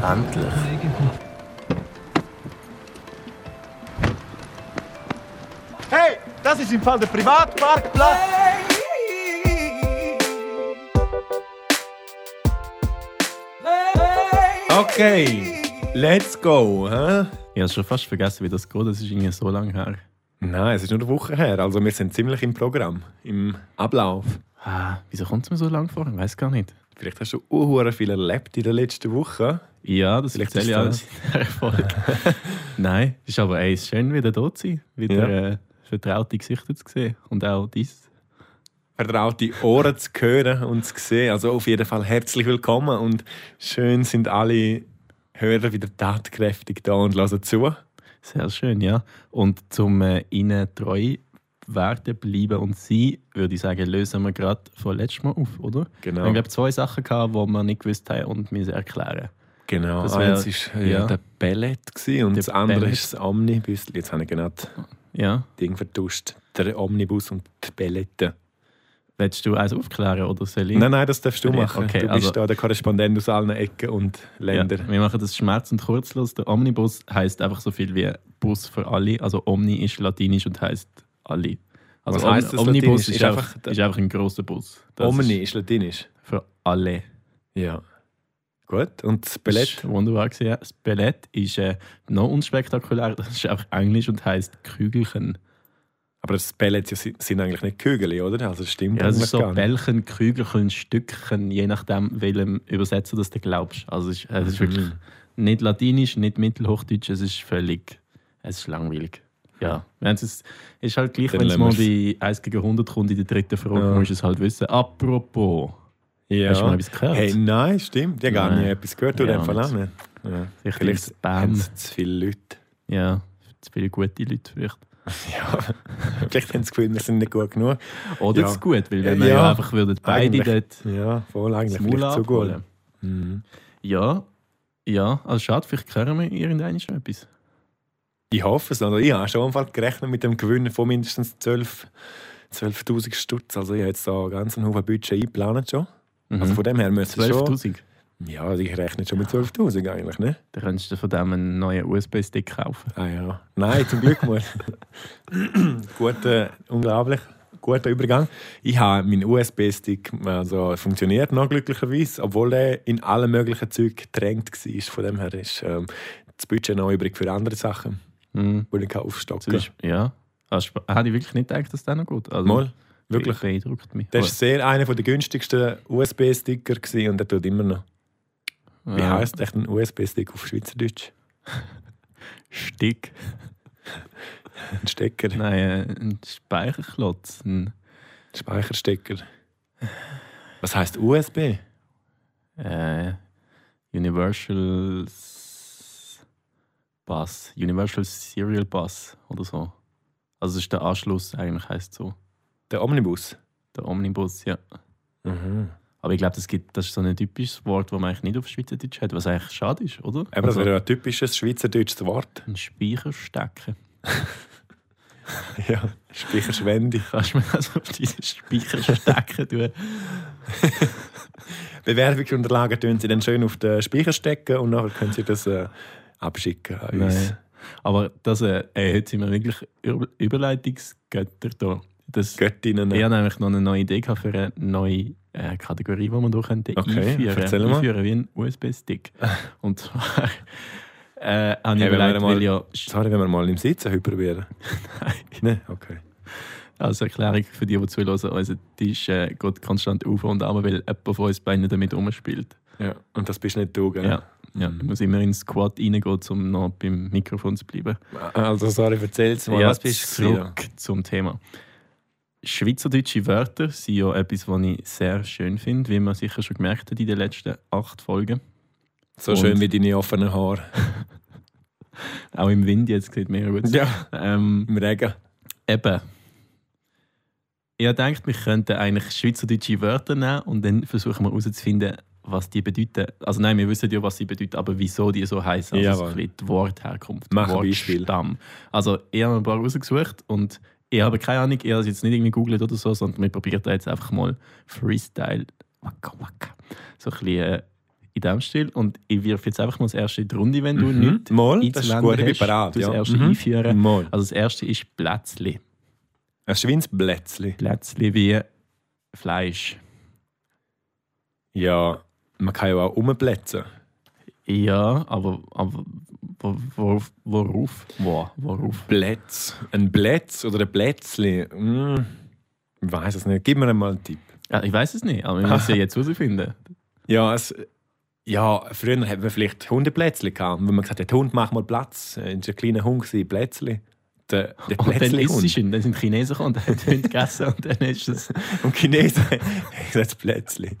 Endlich. Hey, das ist im Fall der Privatparkplatz. Okay, let's go. Hä? Ich habe schon fast vergessen, wie das geht. Das ist irgendwie so lange her. Nein, es ist nur eine Woche her. Also wir sind ziemlich im Programm, im Ablauf. Ah, wieso kommt es mir so lang vor? Ich weiß gar nicht. Vielleicht hast du unhuere viel erlebt in der letzten Woche. Ja, das Vielleicht erzähle ich ist alles in dieser Folge. Nein, es ist aber ey, es ist schön, wieder da zu sein. Wieder äh, vertraute Gesichter zu sehen. Und auch dies. Vertraute Ohren zu hören und zu sehen. Also auf jeden Fall herzlich willkommen und schön sind alle Hörer wieder tatkräftig da und lassen zu. Sehr schön, ja. Und zum äh, Ihnen treu werden, bleiben und sein, würde ich sagen, lösen wir gerade von letztem Mal auf, oder? Genau. Wir haben, glaube zwei Sachen gehabt, die wir nicht gewusst haben und müssen erklären. Genau, Das das wär- eins war ja, ja. der Pellet gewesen und Der das andere Pellet. ist das Omnibus. Jetzt habe ich genau das Ja. Ding vertuscht. Der Omnibus und die Pellette. Willst du eins aufklären oder soll ich? Nein, nein, das darfst du Okay, machen. du bist also- da der Korrespondent aus allen Ecken und Ja, Ländern. wir machen das schmerz- und kurzlos. Der Omnibus heißt einfach so viel wie Bus für alle. Also Omni ist latinisch und heißt alle. Also Was heisst das Omnibus latinisch? ist, Ist einfach einfach, der- ist einfach ein großer Bus. Das Omni Ist ist latinisch. für alle. Ja. Gut, und das Das Ballett? ist Wunderbar gewesen. ja. Das Ballett ist äh, noch unspektakulär. Das ist einfach Englisch und heißt Kügelchen. Aber das Ballett ja si- sind eigentlich nicht Kügel, oder? Also das stimmt Ja, das eigentlich ist so gar nicht. Bällchen, Kügelchen, Stückchen, je nachdem, welchem Übersetzer das du glaubst. Also es ist, es ist wirklich Mhm. nicht Latinisch, nicht Mittelhochdeutsch, es ist völlig, es ist langweilig. Ja, wenn es ist, ist halt gleich, Dann wenn es lassen mal wir's. bei 1 gegen 100 kommt in der dritten Frage, Ja. musst du es halt wissen. Apropos, Ja. hast du mal etwas gehört? Hey, nein, stimmt. Ja, gar Nein. nicht etwas gehört. Du Ja, dem Fall auch nicht. Ähm. nicht. Ja. Vielleicht Vielleicht im Spam. haben es zu viele Leute. Ja, zu viele gute Leute vielleicht. Ja. Vielleicht haben sie das Gefühl, wir sind nicht gut genug. Oder Ja. zu gut, weil wenn wir Ja. ja einfach würden, beide Eigentlich dort Ja, voll eigentlich. das Vielleicht Maul zu gut. Mhm. abholen. Ja, ja, also schade, vielleicht hören wir irgendwann schon etwas. Ich hoffe es. Also ich habe schon mal gerechnet mit dem Gewinn von mindestens 12 12.000 Stutz. Also ich habe jetzt da ganz einen Haufen Budget eingeplant schon. Mhm. Also von dem her müsste es schon... 12'000, Ja, also ich rechne schon mit 12.000 eigentlich, ne? dann könntest du von dem einen neuen USB-Stick kaufen. Ah ja. Nein, zum Glück mal. Guter, unglaublich guter Übergang. Ich habe meinen USB-Stick, also funktioniert noch glücklicherweise, obwohl der in alle möglichen Zeug gedrängt war. Von dem her ist ähm, das Budget noch übrig für andere Sachen, Mhm. die ich kann aufstocken Zum kann. Beispiel, ja. Also, sp- hätte ich wirklich nicht gedacht, dass das noch gut also, Mal, wirklich. beeindruckt mich. Das war sehr einer der günstigsten USB-Sticker gewesen und der tut immer noch. Aber- Wie heisst echt ein USB-Stick auf Schweizerdeutsch? Stick. Ein Stecker, Nein, äh, ein Speicherklotz. Ein, Speicherstecker. Was heisst USB? äh, Universal S- Bus. Universal Serial Bus oder so. Also das ist der Anschluss, eigentlich heißt so. Der Omnibus. Der Omnibus, ja. Mhm. Aber ich glaube, das, gibt- das ist so ein typisches Wort, das man eigentlich nicht auf Schweizerdeutsch hat, was eigentlich schade ist, oder? Aber das Also, wäre ja ein typisches schweizerdeutsches Wort. ein Speicherstecken. Ja, Speicherschwende. Kannst du mir das auf diesen Speicherstecken tun? Bewerbungsunterlagen tun Sie dann schön auf den Speicher stecken und nachher können Sie das äh, abschicken an uns. Nein. Aber das, äh, ey, heute sind wir wirklich Über Überleitungsgötter da. Das, Göttinnen. ich habe nämlich noch eine neue Idee gehabt für eine neue äh, Kategorie, die wir hier könnten Okay, einführen erzähl mal. Einführen wie ein USB-Stick. Und zwar äh, habe ich Hey, wenn wir überlegt, mal- weil ja... Sorry, wenn wir mal im Sitzen probieren. Nein. Okay. Als Erklärung für die, die zuhören, unser Tisch äh, geht konstant auf und ab, weil jemand von uns beiden damit rumspielt. Ja. Und das bist nicht du, gell? Ja. Ja, Mhm. ich muss immer ins Squad reingehen, um noch beim Mikrofon zu bleiben. Also, sorry, erzähl's mal. ja, was bist du? gewesen? zurück zum Thema. Schweizerdeutsche Wörter sind ja etwas, was ich sehr schön finde, wie man sicher schon gemerkt hat in den letzten acht Folgen. So Und- schön wie deine offenen Haare. Auch im Wind jetzt sieht mir gut. Ja. Ähm, Im Regen. eben. Ich denkt, wir könnten eigentlich schweizerdeutsche Wörter nehmen und dann versuchen wir herauszufinden, was die bedeuten. Also nein, wir wissen ja, was sie bedeuten, aber wieso die so heißen. Also so Jawohl. ein bisschen die Wortherkunft, Mach ein Beispiel. Wortstamm. Also ich habe ein paar rausgesucht und ich habe keine Ahnung, ich habe es jetzt nicht irgendwie googelt oder so, sondern wir probieren da jetzt einfach mal Freestyle. Waka, waka. So ein bisschen äh, in diesem Stil. Und ich wirf jetzt einfach mal das erste in die Runde, wenn du Mhm. nichts Mal, das ist einzuwenden gut, ich bin hast. bereit. Du Das ja. Mhm. erste einführen. Mal. Also das erste ist Plätzli. Ein Schweinsblätzli. Plätzli wie Fleisch. Ja, man kann ja auch rumplätzen. Ja, aber, aber wo- wo- worauf? Wo, worauf? Blätz. Ein Blätz oder ein Blätzli. Mm, ich weiß es nicht. Gib mir mal einen Tipp. Ja, ich weiß es nicht, aber wir müssen es ja jetzt herausfinden. Ja, es, ja früher hat man vielleicht Hundeplätzli gehabt. Wenn man gesagt hat, Hund, mach mal Platz. Äh, Ist ein kleiner Hund gewesen, Plätzli. Der, der Und dann ist Plätzli-Hund. es ihn. Dann sind die Chinesen gekommen und haben die Hunde gegessen und dann ist es. Und Chinesen haben gesagt, Plätzli.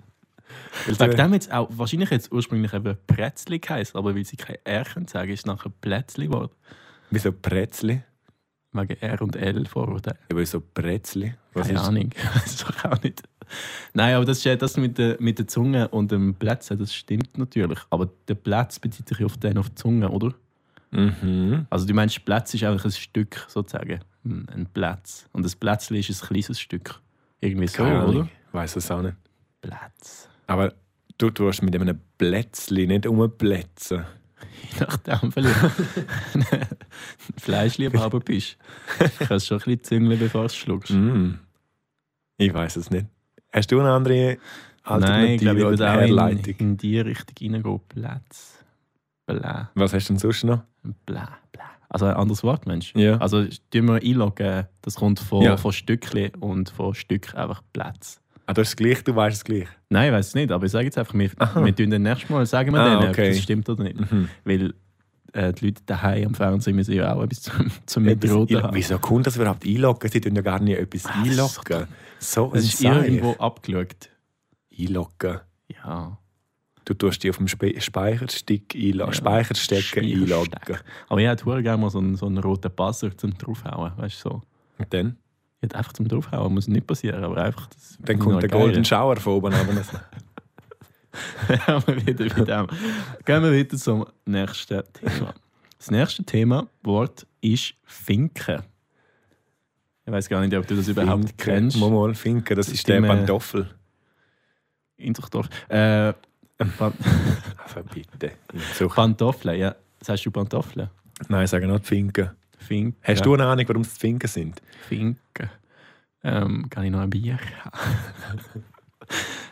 Weil Wegen der- dem jetzt auch, wahrscheinlich hat es ursprünglich eben Prätzli geheißen, aber weil sie kein R können sagen, ist es nachher Plätzli geworden. Wieso Plätzli? Wegen R und L Vorurteil. Ja, wieso Prätzli? Was Keine ist- Ahnung. Das ist doch auch nicht. Nein, aber das, ist ja das mit, der, mit der Zunge und dem Plätzen, das stimmt natürlich. Aber der Plätz bezieht sich ja auf den auf die Zunge, oder? Mhm. Also du meinst, Plätz ist eigentlich ein Stück sozusagen. Hm, Ein Plätz. Und das Plätzli ist ein kleines Stück. Irgendwie so, Keine Ahnung. oder? Weiß es auch nicht. Plätz. Aber du tust mit einem Plätzli nicht rumplätzen. Je nachdem vielleicht. Fleischliebhaber bist. Du kannst schon ein bisschen züngeln, bevor du es schluckst. Mm. Ich weiß es nicht. Hast du eine andere Alternative Nein, ich glaube, ich würde oder auch in, Herleitung? in die Richtung hineingehen. Platz. Blä, Was hast du denn sonst noch? blä, blä. Also ein anderes Wort, Mensch. Ja. Also tun wir einloggen, das kommt von, Ja. von Stückchen und von Stück einfach Platz. Ah, du hast es gleich, du weißt es gleich. Nein, ich weiß es nicht, aber ich sage jetzt einfach, wir, Aha. wir tun dann nächstes Mal, sagen wir Ah, denen, ob okay. das stimmt oder nicht. Mhm. Weil äh, die Leute daheim am Fernsehen müssen ja auch etwas zum, zum Etwas Mitroten ein- haben. Wieso kommt das überhaupt einloggen? Sie tun ja gar nicht etwas Ah, das ist so einloggen. So ein Es ist Seich. irgendwo abgeschaut. Einloggen. Ja. Du tust die auf dem Spe Speicherstick Ja. einloggen. Speicherstecken Speichersteck. einloggen. Aber ich hätte verdammt gerne mal so einen, so einen roten Buzzer zum draufhauen, weißt du so. Und dann? Jetzt einfach zum draufhauen, muss nicht passieren, aber einfach. Das Dann kommt der Golden Sch Shower von oben runter. wieder bei dem. Gehen wir weiter zum nächsten Thema. Das nächste Thema, Wort, ist Finken. Ich weiß gar nicht, ob du das überhaupt Finken. kennst. Mal, mal, Finken, das ist der Stimme. Pantoffel. In doch doch. Äh, Pan Also bitte. Such. Pantoffeln, ja. Sagst du Pantoffeln? Nein, sagen nicht Finken. Finken. Hast du eine Ahnung, warum es die Finken sind? Finken. Ähm, kann ich noch ein Bier haben?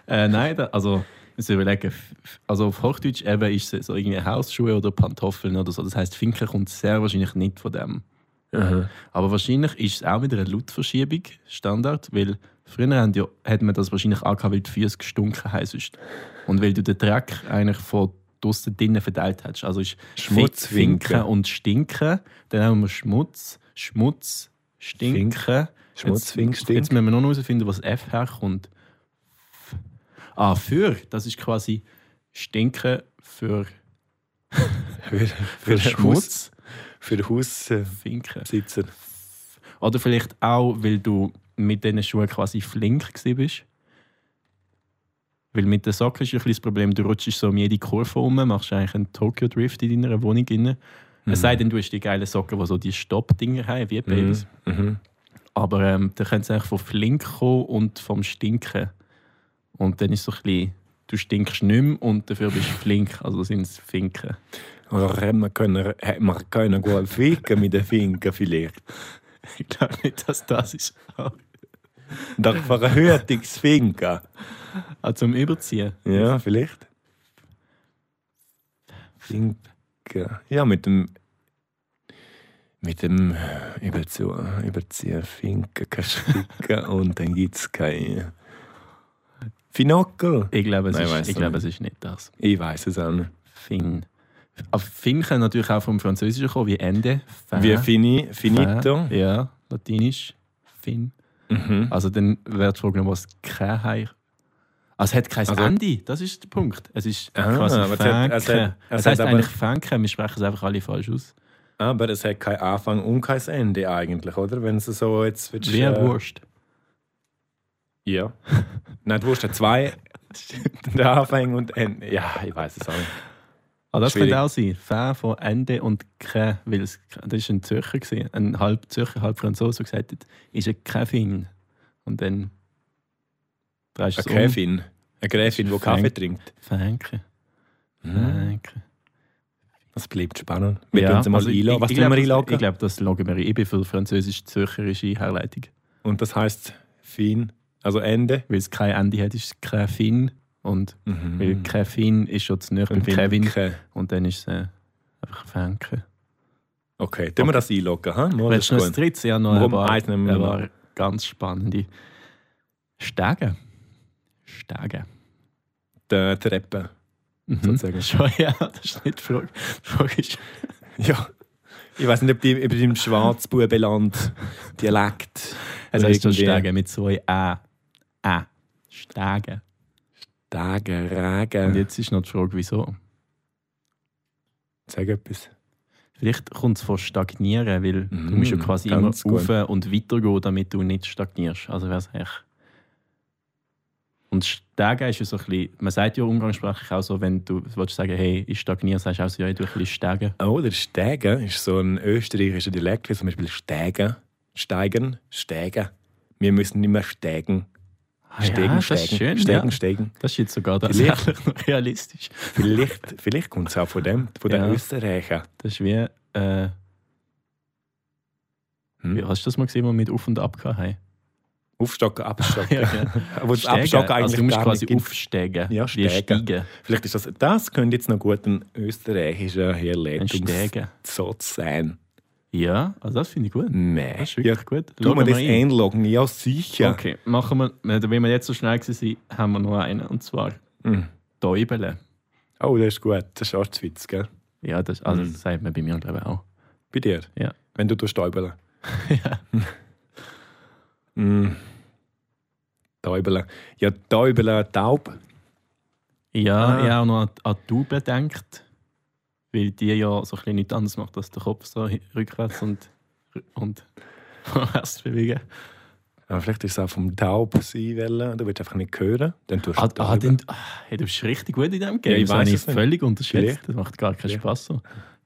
äh, nein, da, also müssen wir überlegen. F- f- Also auf Hochdeutsch eben ist es so irgendwie Hausschuhe oder Pantoffeln oder so. Das heißt, Finken kommt sehr wahrscheinlich nicht von dem. Aber wahrscheinlich ist es auch wieder eine Lautverschiebung Standard, weil früher haben ja, hat man das wahrscheinlich angehabt, weil die Füße gestunken haben sonst. Und weil du den Dreck eigentlich von draussen drinnen verteilt hast. Also ist Schmutz, Finken Finken. und Stinken. Dann haben wir Schmutz, Schmutz, Stinken. Schmutz, Jetzt- Fink, Jetzt stinkt. müssen wir noch herausfinden, was F herkommt. F. Ah, für. Das ist quasi Stinken für, Für, für Haus, Schmutz. für Hausbesitzer. Finken. Oder vielleicht auch, weil du mit diesen Schuhen quasi flink gewesen bist. Weil mit den Socken ist ein bisschen das Problem, du rutschst so um jede Kurve um, machst eigentlich einen Tokyo Drift in deiner Wohnung. Rein. Es sei denn, du hast die geilen Socken, die so die Stopp-Dinger haben, wie Babys. Mhm. Aber ähm, da könnte es eigentlich von flink kommen und vom Stinken. Und dann ist so ein bisschen, du stinkst nicht mehr und dafür bist du flink. Also das sind es Finken. Oder hätte man können, hätte man können gut ficken mit den Finken vielleicht. Ich glaube nicht, dass das ist. Doch Verhütungsfinken. Auch zum Überziehen. Ja, vielleicht. Finken. Ja, mit dem. Mit dem äh, Überziehen, Überziehen Finken kannst du ficken und dann gibt es keine. Finockel? Ich glaube, es, Nein, weiss ist, ich ich glaube, es ist nicht das. Ich weiß es auch nicht. Fin. Auf Fin Ah, kann natürlich auch vom Französischen kommen, wie Ende. Fin. Wie fini, finito. Fin. Ja, Latinisch. Fin. Mhm. Also dann wäre die Frage noch, was kein Hai. Also es hat kein Also- Ende, das ist der Punkt. Es ist Ah, quasi aber es hat- Fänken. Es, es hat- es hat heisst aber- eigentlich Fänken, wir sprechen es einfach alle falsch aus. Aber es hat keinen Anfang und kein Ende eigentlich, oder? Wenn es so jetzt willst, Wie eine Wurst. Ja. Nein, die Wurst hat zwei den Anfang und Ende. Ja, ich weiß es auch nicht. Ah, das Schwierig. könnte auch sein. Fan von Ende und kein, weil es, das war ein Zürcher, gewesen, ein halb Zürcher, halb Franzose, der gesagt hat, ist ein Kevin. Und dann drehst du Eine es um. Gräfin. Eine Gräfin, die Fänk- Kaffee trinkt. Verhängen. Äh, okay. Das bleibt spannend. Wir können es mal einloggen. Was also ich, ich tun wir glaub, das- einloggen? Ich glaube, das loggen wir ein. Ich bin für französisch-zürcherische Herleitung. Und das heisst Fin, also Ende. Weil es kein Ende hat, ist es kein Fin. Und Mhm. weil kein Fin ist schon zu nahe beim Kevin. Winke. Und dann ist es äh, einfach Fenke. Okay, tun wir das einloggen. Ha? Mal, Willst das du noch das ist gut. dritte? Ja, noch ein Warum paar, eins nehmen wir ein noch? paar ganz spannende Stege. Stege. Der Äh, Treppe. Sozusagen. Schon, ja, das ist nicht die Frage. Die Frage ist, Ja. Ich weiß nicht, ob die über dem Schwarzbubenland Dialekt. es heißt schon irgendwie- Stege mit zwei Ä. Ä. Stege. Tage, Und Regen. jetzt ist noch die Frage, wieso? Sag etwas. Vielleicht kommt es von Stagnieren, weil du Mhm, musst ja quasi immer ganz gut. rauf und weitergehen, damit du nicht stagnierst. Also wäre es echt. Und Stegen ist ja so ein bisschen, man sagt ja umgangssprachlich auch so, wenn du willst sagen, hey, ich stagniere, sagst du auch so, ja, ich tue ein bisschen steigen. Oh, der Stegen ist so ein österreichischer Dialekt, wie zum Beispiel Stegen. Steigen, Stegen. Wir müssen nicht mehr steigen. Ah, Steigen, ja, das steigen. ist schön. steigen, ja. steigen. Das ist jetzt sogar Vielleicht. tatsächlich noch realistisch. Vielleicht, vielleicht kommt es auch von dem, von den Ja. Österreichern. Das ist wie, äh, Hm? wie hast du das mal gesehen, wo wir mit auf und ab hatten? Aufstocken, abstocken. Ja, ja. Aber das Steigen. Abstocken eigentlich also du musst gar quasi nicht gibt. aufsteigen. Ja, Wie steigen. steigen. Vielleicht ist das, das könnte jetzt noch gut ein österreichischer Ein Herleitungssatz Steigen. sein. Ja, also das finde ich gut. Nein. Das ist Ja, wirklich gut. tu mir Schauen wir das rein. einloggen. Ja, sicher. Okay, machen wir, wenn wir jetzt so schnell gewesen sind, haben wir noch einen, und zwar Mhm. Täubele. Oh, das ist gut. Das ist Schwarzwitz, gell? Ja, das, also Mhm. das sagt man bei mir, glaube ich, auch. Bei dir? Ja. Wenn du stäubeln. Ja. mm. Täubeln. Ja, täubeln, taub. Ja, Ah. ich habe auch noch an, an die Taube gedacht, weil die ja so ein bisschen nichts anderes macht, als den Kopf so hi- rückwärts und, und vorwärts bewegen. Aber vielleicht ist es auch vom Taub sein wollen. Du willst einfach nicht hören. Dann tust du Ah, ah, täubeln. den, ah, hey, du bist richtig gut in dem Game. Ja, ich das habe weiss ich es nicht. völlig unterschätzt. Vielleicht. Das macht gar keinen Vielleicht. Spaß so.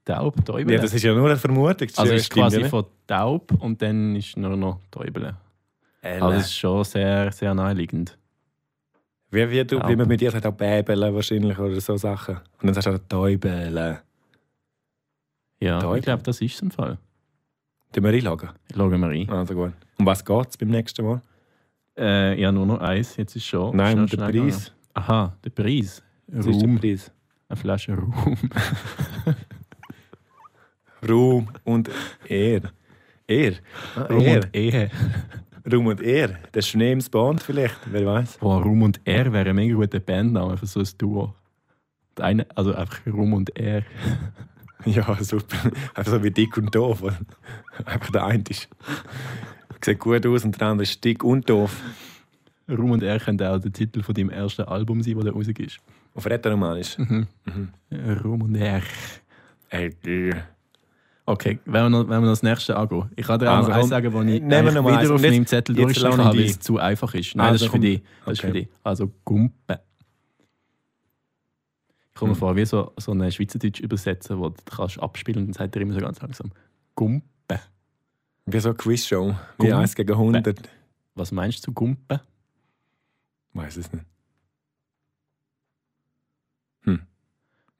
Taub, Täubele. ja, das ist ja nur eine Vermutung. Das also ist stimmt quasi ja ne? nicht. von Taub und dann ist nur noch Täubele. Äh, Also das ist schon sehr, sehr naheliegend. Wie, wie, du, wie Taub. man mit dir sagt, auch Bäbeln wahrscheinlich oder so Sachen. Und dann sagst du auch Täubeln. Ja, Täubel. ich glaube, das ist es im Fall. Tun wir einloggen. Schauen wir rein. Also gut. Um was geht es beim nächsten Mal? Äh, ja, nur noch eins, jetzt ist Oh, schon. Nein, schnell, um den schnell Preis. gegangen. Aha, der Preis. Was ist der Ruhm. Preis? Eine Flasche Ruhm. Ruhm und Ehr. Ehr. Ah, Ruhm Ehr. und Ehe. Ruhm und Ehr. Der Schnee im Bond vielleicht, wer weiß. Boah, Ruhm und Er wäre ein mega guter Bandname für so ein Duo. Der eine, also einfach Ruhm und Er. Ja, super. Einfach so wie dick und doof. oder? Einfach der eine ist. Sieht gut aus und der andere ist dick und doof. Ruhm und Er könnte auch der Titel von deinem ersten Album sein, das da rausgeht. ist. Auf Rätoromanisch. Ruhm und Er. Ehr. Okay, wenn wir, noch, wenn wir noch das nächste angehen. Ich kann dir auch Also, noch eins komm, sagen, wo ich nehmen wir eigentlich noch mal eins. wieder auf Und jetzt- meinem Zettel jetzt durchgeschlagen laune ich habe, weil dich. es zu einfach ist. Nein, Also, das ist für komm. dich. Das ist Okay. für dich. Also Gumpen. Ich Hm. komme mir vor, wie so, so einen Schweizerdeutsch übersetzen, wo du kannst abspielen und dann sagt er immer so ganz langsam. Gumpen. Wie so eine Quizshow. Wie Komm. 1 gegen 100. Was meinst du zu Gumpen? Weiß es nicht. Hm.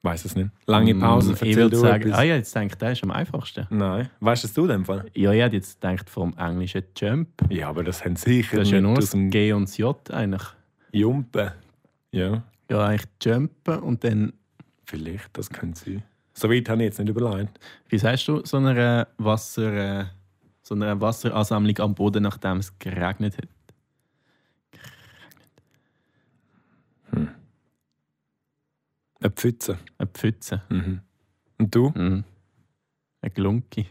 Weiß es nicht. Lange Pause, Mm, Ich erzähl würde du sagen, etwas. ah ja, jetzt denkt der ist am einfachsten. Nein. Weißt du es du in dem Fall? Ja, ja, jetzt denkt vom englischen Jump. Ja, aber Genau, das haben sicher Das ist ja nicht nur aus das dem G und das J eigentlich. Jumpen. Ja. Ja, eigentlich Jumpen und dann Vielleicht, das könnte sein. So weit habe ich jetzt nicht überlegt. Wie sagst du so einer Wasser, äh, so einer Wasseransammlung am Boden, nachdem es geregnet hat? Eine Pfütze. Eine Pfütze. Mhm. Und du? Mhm. Eine Glunki.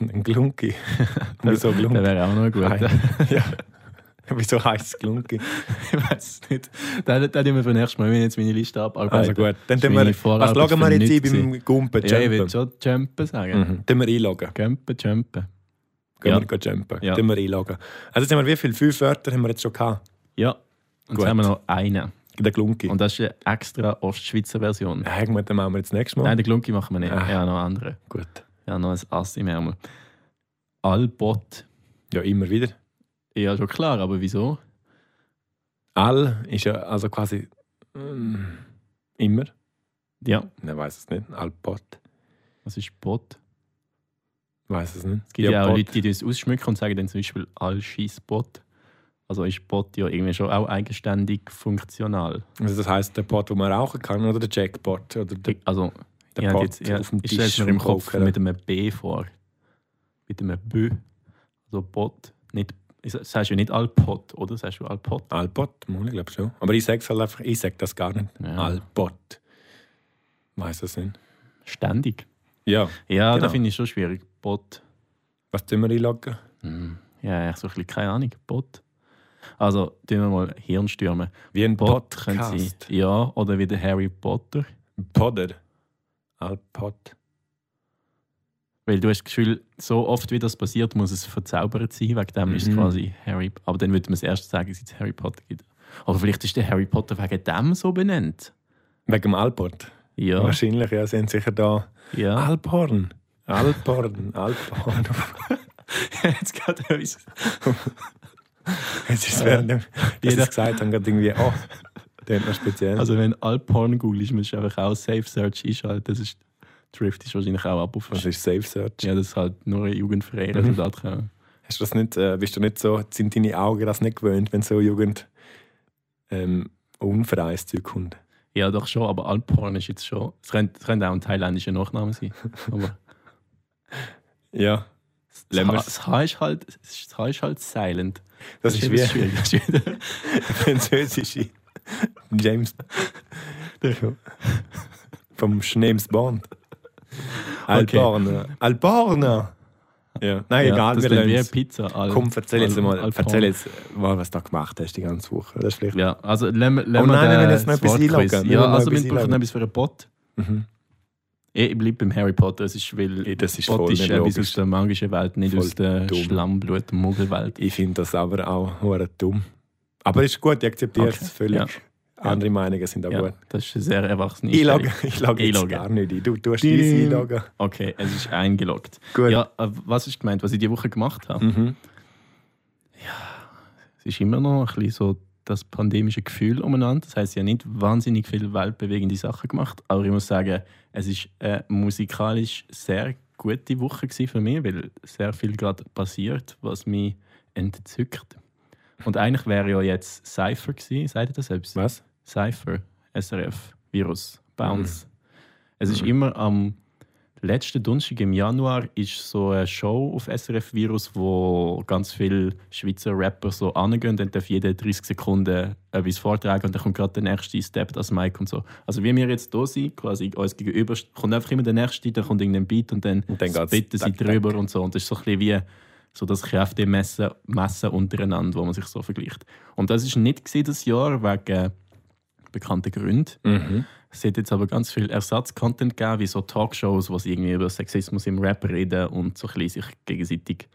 Ein Glunki. Wieso Der Glunki? wäre auch noch ein guter. Nein. ja. Wieso heißt es Glunki? ich weiß es nicht. Den den tun wir für nächstes Mal, wenn ich jetzt meine Liste abarbeite. Also gut, dann Das ist tun meine wir. Was Vorarbeit schauen wir für jetzt ein nichts beim Gumpen? Ja, ich würde Jumpen. schon Jumpen sagen. Mhm. Tun wir einloggen. Jumpen, Jumpen. Gehen Ja. wir gehen jumpen. Ja. Tun wir einloggen. Also jetzt haben wir wie viele? Fünf Wörter haben wir jetzt schon gehabt. Ja. Und Gut. jetzt haben wir noch einen. Der Glunki. Und Und das ist eine extra Ostschweizer Version. wir den machen wir jetzt nächstes Mal. Nein, den Glunki machen wir nicht. Ah. Ja, noch einen anderen. Gut. Ja, noch ein Ass im Ärmel. Albot. Ja, immer wieder. Ja, schon klar, aber wieso? All ist ja also quasi mm, immer. Ja, Nein, weiß es nicht. Alpot. was ist Bot? Weiß es nicht. Es gibt ja, auch Leute, die das ausschmücken und sagen dann zum Beispiel All-Scheiss-Bot. Also ist Bot ja irgendwie schon auch eigenständig funktional. Also das heisst der Pot, den man rauchen kann, oder der Jackpot. Oder der, Also, Der ja, Bot jetzt, ja, auf dem ich stelle Tisch mir im Kopf ne? rumgucken. mit einem B vor. Mit einem B. Also Bot, nicht, ich- das heißt ja nicht All-Pot, oder? Das heißt ja All-Pot. Alpot, mal, ich glaube schon. Aber ich sage halt einfach, ich sage das gar nicht. Ja. Alpot. Weiß es nicht. Ständig. Ja, Ja, Genau. da finde ich schon schwierig. Bot. was tun wir einloggen? Ja, ich so ein bisschen keine Ahnung. Bot. Also, tun wir mal Hirnstürme. Wie ein Bot Podcast. können sie. Ja, oder wie der Harry Potter. Podder. Alpot. Weil du hast das Gefühl, so oft wie das passiert, muss es verzaubert sein. Wegen dem ist es Mhm. quasi Harry Aber dann würde man es erst sagen, dass es Harry Potter gibt. Oder vielleicht ist der Harry Potter wegen dem so benannt. Wegen dem Alpot. Ja, Wahrscheinlich, ja, sind sicher da. Ah. ja. Alphorn. Alphorn. Alphorn. Jetzt geht etwas. Es ist während dem, dass Jeder- ich gesagt habe, gerade irgendwie, oh, der hat noch speziell. Also wenn Alporn googelst, musst du einfach auch Safe Search einschalten. Das ist, Drift ist wahrscheinlich auch ab auf. das ist Safe Search. Ja, das ist halt nur jugendfrei Mhm. Resultat. kann. Hast du das nicht, äh, bist du nicht so, sind deine Augen das nicht gewöhnt, wenn so Jugend ähm, unfreies Zeug kommt? Ja, doch schon, aber Alporn ist jetzt schon. Es könnte, es könnte auch ein thailändischer Nachname sein. Aber Ja. das, Lassen H, wir's. das, H ist halt, das H ist halt silent. Das, ist etwas wie schwierig. Das ist wieder- französische James vom James Bond. Okay. Alborna. Alborna! Ja. Nein, Ja, egal, das wir klingt wie lernen eine Pizza. Al, Komm, erzähl jetzt Al- mal, Alporn. erzähl jetzt mal, was du da gemacht hast die ganze Woche. Das ist vielleicht Ja, also lassen wir, lassen Oh nein, wir wir müssen den- jetzt noch das etwas Wortquiz. einloggen. Wir Ja, müssen noch also wir etwas brauchen noch einloggen. etwas für einen Bot. Mhm. Ich bleibe beim Harry Potter. Es ist, weil Ey, das ist Bot voll ist nicht etwas logisch. aus der magischen Welt, nicht Voll aus der dumm. Schlammblut-Muggelwelt. Ich finde das aber auch hure dumm. Aber ist gut, ich akzeptiere Okay, es völlig. ja. Andere Meinungen sind auch Ja, gut. das ist eine sehr erwachsene Ich logge, Einstellung. ich logge Ich jetzt logge. gar nicht ein. Du tust Ding. dein einloggen. Okay, es ist eingeloggt. Gut. Ja, äh, was ist gemeint, was ich die Woche gemacht habe? Mhm. Es ist immer noch ein bisschen so das pandemische Gefühl umeinander. Das heißt ja nicht wahnsinnig viele weltbewegende Sachen gemacht, aber ich muss sagen, es ist eine musikalisch sehr gute Woche gewesen für mich, weil sehr viel gerade passiert, was mich entzückt. Und eigentlich wäre ja jetzt Cypher gewesen, sagt ihr das selbst? Was? Cypher, SRF, Virus, Bounce. Es ist immer am letzten Donnerstag im Januar ist so eine Show auf SRF Virus, wo ganz viele Schweizer Rapper so angehen, dann darf jeder 30 Sekunden etwas vortragen und dann kommt gerade der nächste Step das Mic und so. Also wie wir jetzt hier sind, quasi uns gegenüber, kommt einfach immer der nächste, dann kommt irgendein Beat und dann, Und dann geht's splitten sie tack, tack. drüber und so. Und das ist so ein bisschen wie so das Kräftemessen messen untereinander, wo man sich so vergleicht. Und das ist nicht gewesen das Jahr wegen bekannten Gründen. Mhm. Es hat jetzt aber ganz viel Ersatzcontent gegeben, wie so Talkshows, wo sie irgendwie über Sexismus im Rap reden und so ein bisschen sich gegenseitig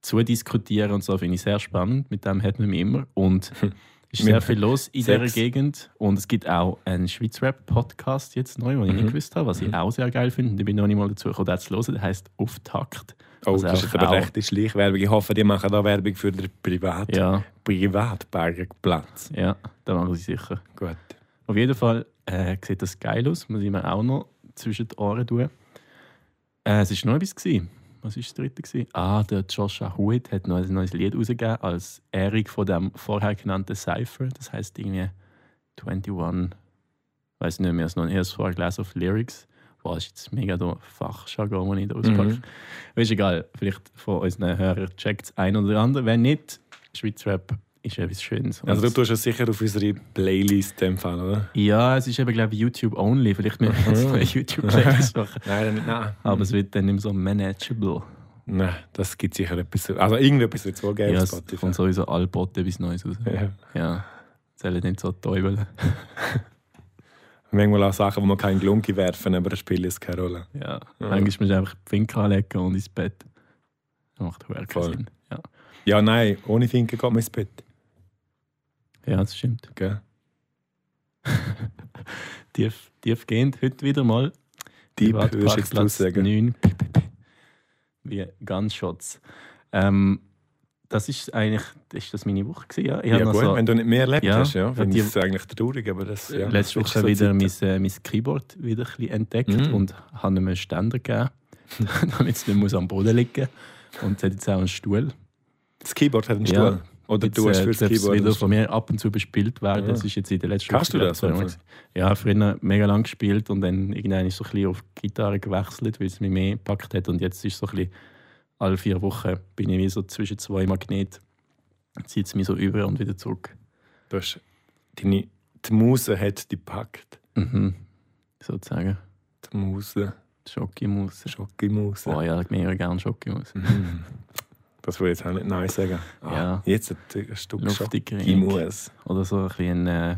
zudiskutieren und so, finde ich sehr spannend. Mit dem hat man mich immer. Und es ist Mit sehr viel los in dieser Sex. Gegend. Und es gibt auch einen Schweiz-Rap-Podcast jetzt neu, Mhm. den ich nicht gewusst habe, was ich auch sehr geil finde. Und ich bin noch nicht mal dazu gekommen, den zu hören. Der heisst «Auftakt». Oh, Also das ist auch- aber auch- rechte Schleichwerbung. Ich hoffe, die machen da Werbung für den Privat Ja, Privatparkplatz. ja, da machen sie sicher. Gut. Auf jeden Fall äh, sieht das geil aus. Muss ich mir auch noch zwischen die Ohren tun. Äh, es war noch etwas. Gewesen. Was war das dritte? Gewesen? Ah, der Joshua Hood hat noch ein neues Lied rausgegeben als Erik von dem vorher genannten Cypher. Das heisst irgendwie 21. Weiß nicht mehr, es noch ein erstes Vorglas auf Lyrics. Boah, das ist jetzt mega der Fachjargon, den ich da auspacke. Mhm. Aber Ist egal, vielleicht von unseren Hörern checkt es ein oder andere. Wenn nicht, Schweizer Rap ist etwas Schönes. Also du Und- tust es sicher auf unsere Playlist in dem Fall, oder? ja, es ist eben, glaube ich, YouTube-only. Vielleicht müssen wir jetzt Mhm. eine YouTube-Playlist machen. Nein, nein, nein. Aber es wird dann nicht mehr so manageable. Nein, das gibt sicher etwas. Also irgendetwas wird es wohl geben Ja, auf es Spotify. kommt sowieso Albot etwas Neues raus. Ja. Ja, zählen nicht so Teufel. Manchmal auch Sachen, wo man keinen Glunki werfen, aber das spielt jetzt keine Rolle. Ja, manchmal musst du einfach die Finger anlegen und ins Bett. Das macht überhaupt keinen Voll. Sinn. Ja. Ja, nein, ohne Finken geht man ins Bett. ja, das stimmt. Gell? Tief, tiefgehend, heute wieder mal. Deep, Privatparkplatz würdest du jetzt du sagen. 9. Wie Gunshots. Ähm, das ist eigentlich ist das meine Woche gewesen, ja. Ich Ja, hab noch gut, so- wenn du nicht mehr erlebt Ja, hast, ja, ja, finde die- ich es eigentlich traurig, aber das ja, Letzte das ist Woche so wieder Zeit. mein, äh, mein Keyboard wieder ein bisschen entdeckt Mhm. und habe ihm einen Ständer gegeben, damit es nicht muss am Boden liegen muss. Und es hat jetzt auch einen Stuhl. Das Keyboard hat einen Ja. Stuhl. Oder jetzt, du hast äh, für das darf es Keyboard. wieder einen von mir ab und zu bespielt werden. Ja. Das ist jetzt in der letzten Kannst du Woche das so einfach? gewesen. Ja, früher mega lang gespielt und dann irgendwann so ein bisschen auf Gitarre gewechselt, weil es mich mehr gepackt hat. Und jetzt ist so ein bisschen alle vier Wochen bin ich wie so zwischen zwei Magneten. Zieht es mich so über und wieder zurück. Stuhl. Du hast deine, die Muse hat dich gepackt. Mhm. Sozusagen. Die Muse, Schokimus. Schocki-Muse. Oh ja, mega gerne Schokimus. Mhm. Das will ich jetzt auch nicht nein sagen. Ah, Ja. Jetzt hat ein Stück Luftiger Ink. Schocki-Muse. Oder so ein bisschen äh,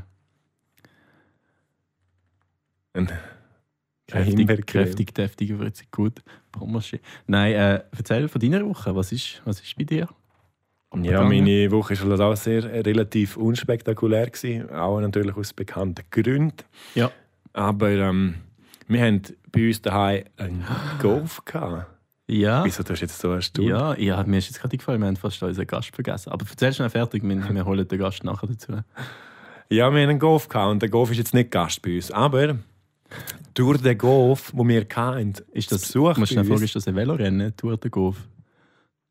Ein- Ein kräftig, Himbeercreme. kräftig, deftig, wird sich gut. Pommersche. Nein, äh, erzähl von deiner Woche. Was ist, was ist bei dir? Ja, meine Woche war halt auch sehr äh, relativ unspektakulär. Gewesen, auch natürlich aus bekannten Gründen. Ja. Aber ähm, wir haben bei uns daheim einen Golf gehabt. Ja, Wieso tust du jetzt so eine Stunde? ja, ja, mir ist jetzt gerade gefallen, wir haben fast unseren Gast vergessen. Aber erzähl schnell nou fertig, wir, wir holen den Gast nou nachher dazu. Ja, wir haben einen Golf gehabt und der Golf ist jetzt nicht Gast bei uns. Aber durch den Golf, den wir hatten, Ist das, zu Besuch musst du bei schnell fragen, uns- ist das ein Velorennen, Tour de Golf?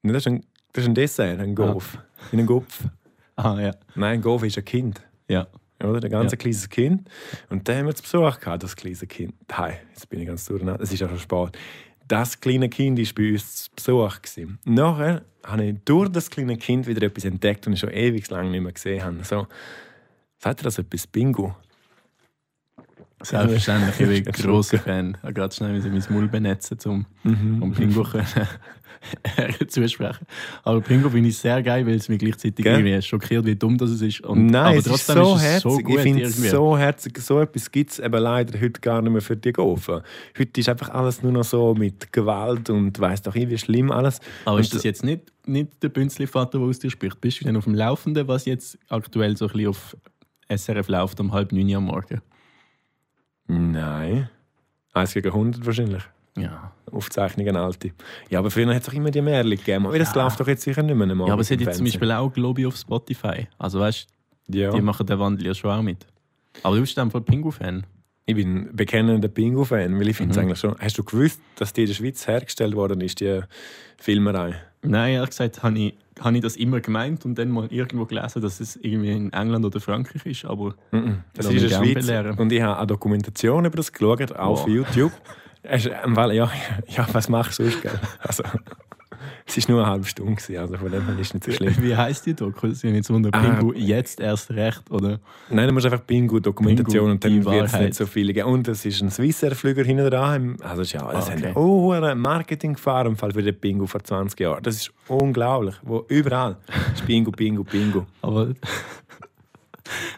Nein, das, ist ein, das ist ein Dessert, ein Golf. In einem Gopf. Ah, ja. Nein, ein Golf ist ein Kind. Ja, Oder? Ein ganz Ja. kleines Kind. Und da haben wir zu Besuch gehabt, das kleine Kind. Hi, jetzt bin ich ganz durcheinander. Es ist ja schon spät. Das kleine Kind war bei uns zu Besuch. Gewesen. Nachher habe ich durch das kleine Kind wieder etwas entdeckt, und ich schon ewig lange nicht mehr gesehen habe. So, sagt ihr das etwas? Bingo? selbstverständlich. Ich bin ein grosser Fan. Ich habe gerade schnell müssen mein Maul benetzen, um, Mhm. um Pingo können- zuzusprechen. Aber Pingo finde ich sehr geil, weil es mich gleichzeitig Gell? irgendwie schockiert, wie dumm das ist. Und, Nein, aber es ist trotzdem so ist es herzig. so gut ich finde es irgendwie. so herzig. So etwas gibt es eben leider heute gar nicht mehr für die Golfen. Heute ist einfach alles nur noch so mit Gewalt und weiss doch ich, wie schlimm alles. Aber ist Und- das jetzt nicht, nicht der Bünzli-Vater, der aus dir spricht? Bist du denn auf dem Laufenden, was jetzt aktuell so ein bisschen auf SRF läuft, um halb neun Uhr am Morgen? Nein. 1 gegen 100 wahrscheinlich. Ja. Aufzeichnungen alte. Ja, aber früher hat es doch immer die Märchen gegeben. Aber das läuft doch jetzt sicher nicht mehr. am Ja, aber Abend es hat im jetzt zum Fernsehen. Beispiel auch Globi auf Spotify. Also weißt du, die Ja. machen den Wandel ja schon auch mit. Aber du bist dann voll Pingu-Fan. Ich bin bekennender Bingo-Fan, weil ich finde es Mhm. eigentlich schon. Hast du gewusst, dass die in der Schweiz hergestellt worden ist, die Filmerei? Nein, ehrlich gesagt, habe ich, habe ich das immer gemeint und dann mal irgendwo gelesen, dass es irgendwie in England oder Frankreich ist. Aber Mhm. Lass Das ist in mich der gern Schweiz. belehren. Und ich habe eine Dokumentation über das geschaut, auch auf Wow. YouTube. Es ist, ähm, weil, ja, ja, was machst du sonst? Gell? Also, es war nur eine halbe Stunde, gewesen, also von dem her ist es nicht so schlimm. wie heißt die Doku? Das ist jetzt wunder. Ah. Pingu jetzt erst recht, oder? Nein, du musst einfach Bingo-Dokumentation Bingo, und dann die wird es Wahrheit. nicht so viele geben. Und es ist ein Swissair-Flüger hinten dran. Also, es ist ja, das Ah, okay. okay. hat oh, eine Marketing-Gefahr im Fall für den Bingo vor 20 Jahren. Das ist unglaublich. Wo, überall ist Bingo, Bingo, Bingo. Aber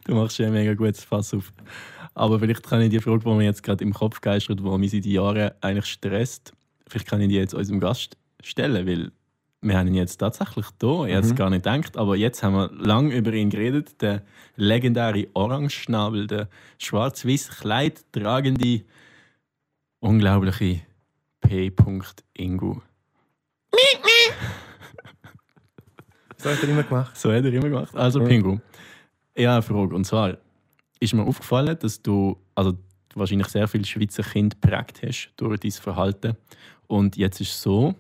du machst ja ein mega gutes Fass auf. Aber vielleicht kann ich die Frage, die mir jetzt gerade im Kopf geistert, die mich seit Jahren eigentlich stresst, vielleicht kann ich die jetzt unserem Gast stellen, weil wir haben ihn jetzt tatsächlich da, jetzt gar nicht gedacht, aber jetzt haben wir lange über ihn geredet, der legendäre Orangeschnabel, der schwarz-weiß Kleid tragende, unglaubliche P. Ingo. Das hat er immer gemacht. So hat er immer gemacht. Also, Pingu. Ja, eine Frage. Und zwar ist mir aufgefallen, dass du also wahrscheinlich sehr viele Schweizer Kinder geprägt hast durch dein Verhalten. Und jetzt ist es so,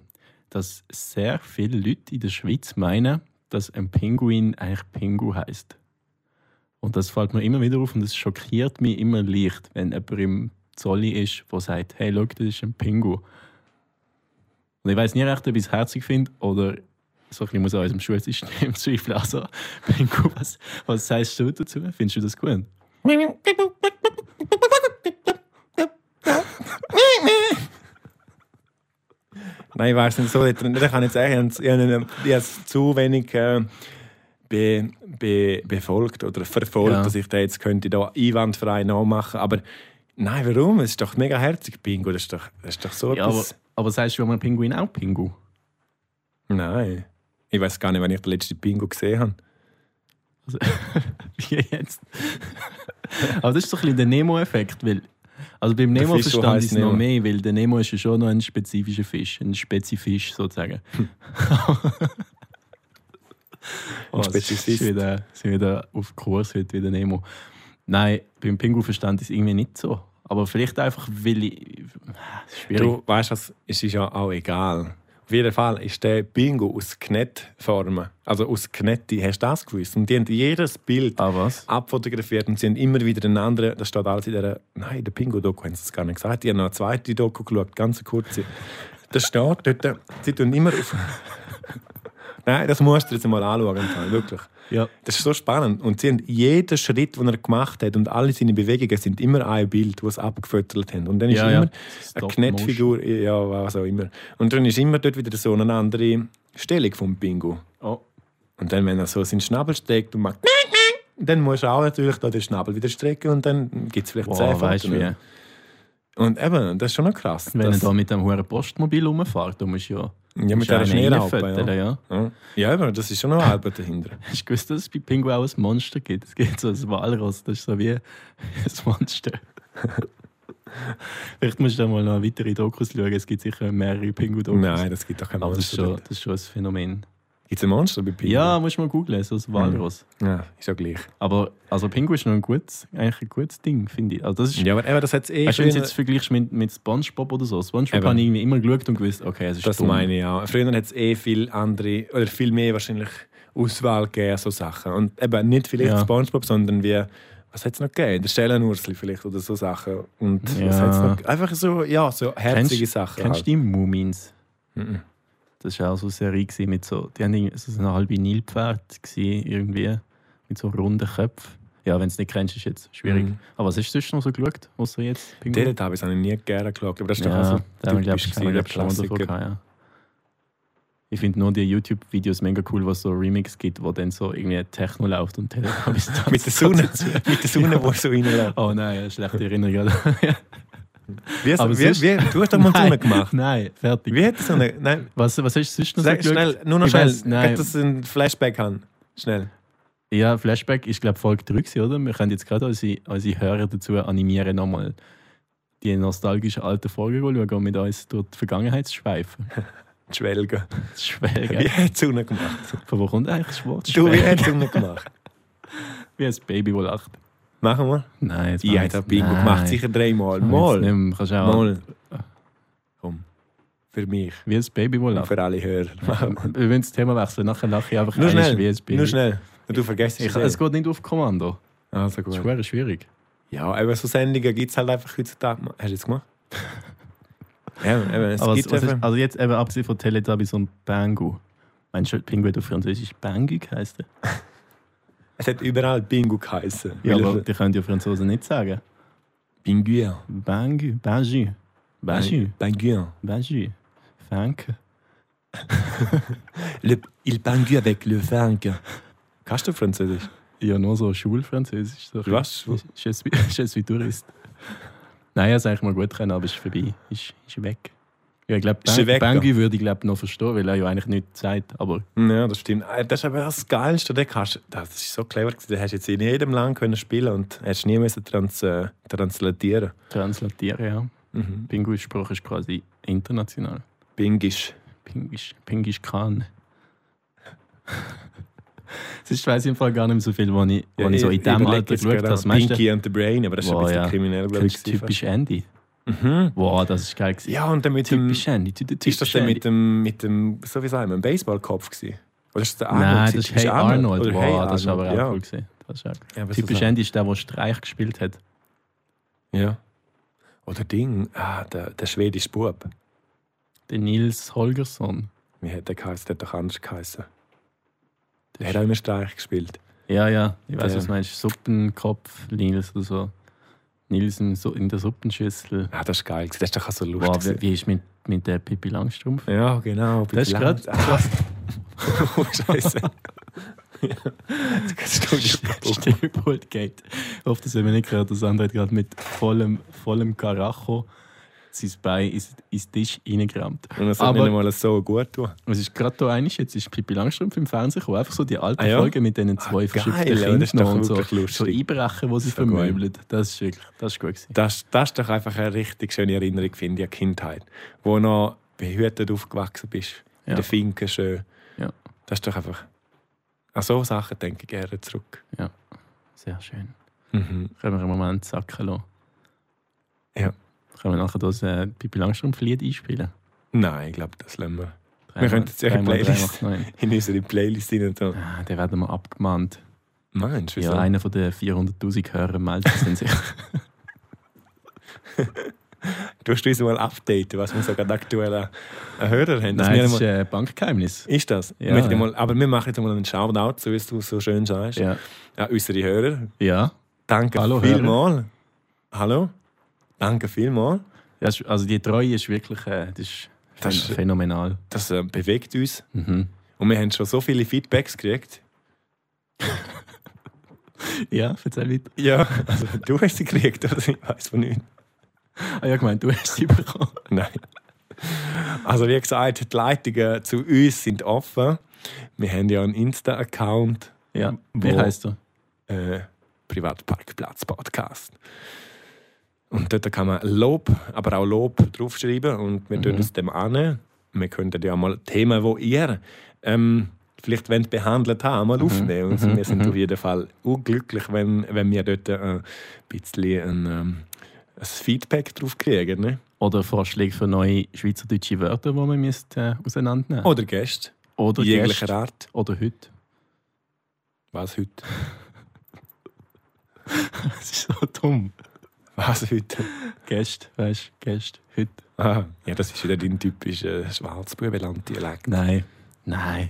dass sehr viele Leute in der Schweiz meinen, dass ein Pinguin eigentlich Pingu heißt. Und das fällt mir immer wieder auf und das schockiert mich immer leicht, wenn jemand im Zolli ist, der sagt, hey, schau, das ist ein Pingu. Und ich weiß nie recht, ob ich es herzig finde oder so ein bisschen muss an unserem Schulsystem zweifeln. Also, Pingu, was, was sagst du dazu? Findest du das gut? Nein, ich weiß nicht, so hat er nicht. Ich kann nicht sagen, ich habe ihn- ich habe es zu wenig äh, be, be, befolgt oder verfolgt, Ja. dass ich da jetzt könnte da einwandfrei nachmachen. Aber nein, warum? Es ist doch mega herzig, Bingo. Das ist doch, das ist doch so Ja, aber, etwas. aber sagst du einem Pinguin auch Pingu? Nein. Ich weiß gar nicht, wann ich den letzten Bingo gesehen habe. Also, wie jetzt? aber das ist so ein bisschen der Nemo-Effekt, weil... Also beim Nemo Fisch, der verstand ich heisst es noch Nemo. mehr, weil der Nemo ist ja schon noch ein spezifischer Fisch, ein Spezifisch sozusagen. Ein es Oh, ist- Spezifist. Ist wieder, Also, sind wieder auf Kurs heute wieder Nemo. Nein, beim Pingu verstand ich es irgendwie nicht so. Aber vielleicht einfach, weil ich. ah, Schwierig. Du weißt, was, es ist ja auch egal. Auf jeden Fall ist der Bingo aus Knett-Formen. Also aus Knetti. Hast du das gewusst? Und die haben jedes Bild Ah, was? abfotografiert und sie haben immer wieder einen anderen. Das steht alles in dieser. Nein, der Bingo-Doku haben sie es gar nicht gesagt. Ich habe noch eine zweite Doku geschaut, ganz kurze. Das steht dort. Sie tun immer auf. Nein, das musst du jetzt mal anschauen, im Fall, wirklich. Ja. Das ist so spannend. Und sie haben jeden Schritt, den er gemacht hat und alle seine Bewegungen, sind immer ein Bild, das sie abgefüttert haben. Und dann ist Ja, ja. immer eine Stop Knettfigur, ja, was auch immer. Und dann ist immer dort wieder so eine andere Stellung vom Bingo. Oh. Und dann, wenn er so seinen Schnabel streckt und macht dann musst du auch natürlich da den Schnabel wieder strecken und dann gibt es vielleicht zehn Wow, Fotos. weißt du wie? Und eben, das ist schon noch krass. Wenn er dass- da mit dem hohen Postmobil rumfährt, dann musst du ja. ja, mit musst du der einen Schneeraupe. reinfetteln, Ja. ja. Ja. ja, eben, das ist schon noch Arbeit dahinter. Hast du gewusst, dass es bei Pingu auch ein Monster gibt? Es gibt so ein Walross, das ist so wie ein Monster. Vielleicht musst du da mal noch weitere Dokus schauen, es gibt sicher mehrere Pingu-Dokus. Nein, das gibt doch kein aber das ist, Monster. schon, das ist schon ein Phänomen. Gibt es ein Monster bei Pingu? Ja, musst du mal googlen, so Mhm. ein Walross. ja. Ist ja gleich. Aber also Pingu ist noch ein gutes, eigentlich ein gutes Ding, finde ich. Also das ist, Ja, aber eben, das hat es eh weißt du, wenn du früher- es jetzt vergleichst mit, mit Spongebob oder so, Spongebob Eben. habe ich irgendwie immer geschaut und gewusst, okay, es ist Das dumm. meine ich auch. Früher hat es eh viel andere, oder viel mehr wahrscheinlich Auswahl gegeben, so Sachen. Und eben nicht vielleicht Ja. Spongebob, sondern wie, was hat es noch gegeben? Der Stellenursli vielleicht oder so Sachen. Und was Ja. hat's noch Einfach so, ja, so herzige Kennst- Sachen. Kennst halt. du die Moomins? Mhm. Das war auch so eine Serie gewesen mit so, die haben irgendwie so eine halbe Nilpferd gewesen, irgendwie mit so runden Köpfen. Ja, wenn du es nicht kennst, ist jetzt schwierig. Mhm. Aber was hast du sonst noch so geschaut, außer jetzt? Pingu? Teletubbies habe ich nie gerne geschaut, aber das ist doch ja, auch so da haben wir, glaub typisch ich, gewesen, haben wir, der glaub ich, schon mal davon Klassiker. gehabt, ja. Ich finde nur die YouTube-Videos mega cool, was so Remix gibt, wo dann so irgendwie Techno läuft und Teletubbies tanzt. Mit der Sonne, mit der Sonne, wo so reinläuft. Oh nein, ja, schlechte Erinnerung. Wie, Aber wie, sonst- wie, du hast doch mal die Sonne Nein, gemacht. Nein, fertig. Wie hat die Sonne? Nein, Was, was hast du sonst noch so sag geschaut? schnell, nur noch Ich schnell, weiss, nein. dass ich ein Flashback habe. Schnell. Ja, Flashback ist, glaube ich, Folge 3, gewesen, oder? Wir können jetzt gerade unsere, unsere Hörer dazu animieren, nochmal die nostalgischen alten Folgen zu schauen und mit uns durch die Vergangenheit zu schweifen. Die Schwelgen. Das ist schwer, Wie gell? hat die Sonne gemacht? Von wo kommt eigentlich das Wort? Du, wie Schwelgen? hat die Sonne gemacht? Wie ein Baby, das lacht. Machen wir? Nein, jetzt Ich mach habe das ich's- Bingo Nein, gemacht, sicher dreimal. mach ich's Nicht Mal. mehr. Kannst auch Mal. Komm. Für mich. Wie ein Baby, das Und lacht. für alle Hörer. Machen wir. Wir müssen das Thema wechseln. Nachher lache ich einfach Nur einmal schnell. wie ein Baby. Nur schnell. Du vergisst Ich, es. es nicht. geht nicht auf Kommando. Also Das ist gut. schwer schwierig. Ja, aber so Sendungen gibt es halt einfach heutzutage. Hast du jetzt gemacht? Ja, eben, es Aber was, gibt was ist, einfach. also jetzt eben abgesehen von Teletubbies und Bangu. Meinst du, Pingu hat auf Französisch Bangu heißt er? Es hat überall Bingo geheißen. Ja, aber die können ja Franzosen nicht sagen. Binguin. Bangu, Bangu, Bangu, Binguin. Bangu, Fanke. Le, il Binguin avec le Fink. Kannst du Französisch? Ja, nur so Schulfranzösisch. So Was? Je suis je suis Tourist. Nein, er eigentlich mal gut können, aber ist vorbei. Ist, ist weg. Ja, ich glaube, Ist er weg, Bangu würde ich glaub, noch verstehen, weil er ja eigentlich nichts sagt. Aber Ja, das stimmt. Ah, Das ist aber das Geilste. Den kannst, das ist so clever. gewesen. Den hast du jetzt in jedem Land können spielen und hast nie müssen trans, äh, translatieren translatieren, ja. Mhm. Pingu-Sprache ist quasi international. Bingisch. Pingisch, Pingisch Khan. Sonst weiss ich im Fall gar nicht mehr so viel, was ich, wo ich so in diesem überleg Alter geschaut jetzt gerade habe. Das an meiste Pinky and the Brain, aber das ist Wow, ein bisschen ja. kriminell, glaube ich. kennst du gewesen fast. typisch Andy. Wow, das ist geil. Gewesen. Mhm. Ja, und dann mit dem. typisch Andy. ty- ty- Ist das typisch dann Andy. mit dem, mit dem so wie sagen wir, dem Baseballkopf gewesen? Oder ist das der Arnold? Nein, das gewesen? ist Hey Typisch Arnold. Oder Wow, Hey das ist aber Arnold, auch ja. cool. Gewesen. Das ist auch Ja, aber so typisch Sachen. Andy ist der, der Streich gespielt hat. Ja. Oder Ding, ah, der, der schwedische Bub. Der Nils Holgersson. Wie hat der geheißen? Der hat doch anders geheißen. Der Der hat auch immer Streich gespielt. Ja, ja, ich weiß, Der- was du meinst. Suppenkopf, Nils oder so. Nils in, so in der Suppenschüssel. Ah, das ist geil. gewesen. Das ist doch auch so lustig. Wow, gewesen. wie, wie ist mit, mit der Pippi Langstrumpf? Ja, genau. Das ist Bitte grad- lang- Ah, oh, Scheiße. Jetzt kannst du die- Stillpult geht. Ich hoffe, das haben wir nicht gehört. Das andere hat gerade mit vollem, vollem Karacho sein Bein ins, ins Tisch reingerammt. Und das hat Aber- nicht mal so gut tun. Es ist gerade da einig, jetzt ist Pippi Langstrumpf im Fernsehen gekommen. Einfach so die alten Ah ja? Folgen mit diesen zwei Ah, verschiedenen geil, ja, verschippten das ist Kindern doch und so. wirklich lustig. So einbrechen, wo sie ja geil. vermöbeln. Das ist wirklich, das ist gut gewesen. Das, das ist doch einfach eine richtig schöne Erinnerung, finde ich, an die Kindheit. Wo noch behütet aufgewachsen bist. Ja. In der Finke schön. Ja. Das ist doch einfach An so Sachen denke ich gerne zurück. Sehr schön. Mhm. Können wir einen Moment sacken lassen? Ja. Können wir nachher das äh, Pippi Langstrumpf-Lied einspielen? Nein, ich glaube, das lassen wir Dreimal- könnten jetzt eine dreimal drei Playlist- macht neun. in unsere Playlist rein tun. Ah, dann werden wir abgemahnt. Meinst du, Ja, wieso? einer von den 400'000 Hörern meldet sich. sicher. Tust du uns mal updaten, was wir so gerade aktuell an Hörer haben? dass Nein, wir das ist mal- äh, Bankgeheimnis. ist das? Ja, Wir hätten ja. Mal, aber wir machen jetzt mal einen Shoutout, so wie du so schön sagst. Ja. An unsere Hörer. ja. Danke Hallo, vielmals. Hallo? Danke vielmals. Ja, es ist- Also die Treue ist wirklich äh, das ist Das ist- phänomenal. Das äh, bewegt uns. Mhm. Und wir haben schon so viele Feedbacks gekriegt. Ja, erzähl weiter. Ja, also du hast sie gekriegt, oder? Ich weiß von nicht. Ah ja, gemeint, du hast sie bekommen. Nein. Also wie gesagt, die Leitungen zu uns sind offen. Wir haben ja einen Insta-Account, Ja, wie Wo? heißt du? äh, Privatparkplatz-Podcast. Und dort kann man Lob, aber auch Lob draufschreiben und wir tun Mhm. es dem an. Wir könnten ja mal Themen, wo ihr ähm, vielleicht wollt behandelt haben, mal aufnehmen. Und Mhm. wir sind Mhm. auf jeden Fall unglücklich, wenn, wenn wir dort äh, ein bisschen ein, ähm, ein Feedback drauf kriegen. Ne? Oder Vorschläge für neue schweizerdeutsche Wörter, die man müsst, äh, auseinandernehmen Oder Gäste, Oder jeglicher Gäste. Art. Oder heute. Was heute? Das ist so dumm. Was heute? Gäste, weißt du, Gäste, heute. Ah, ja, das ist wieder dein typischer Schwarzbubenland-Dialekt. Nein. Nein.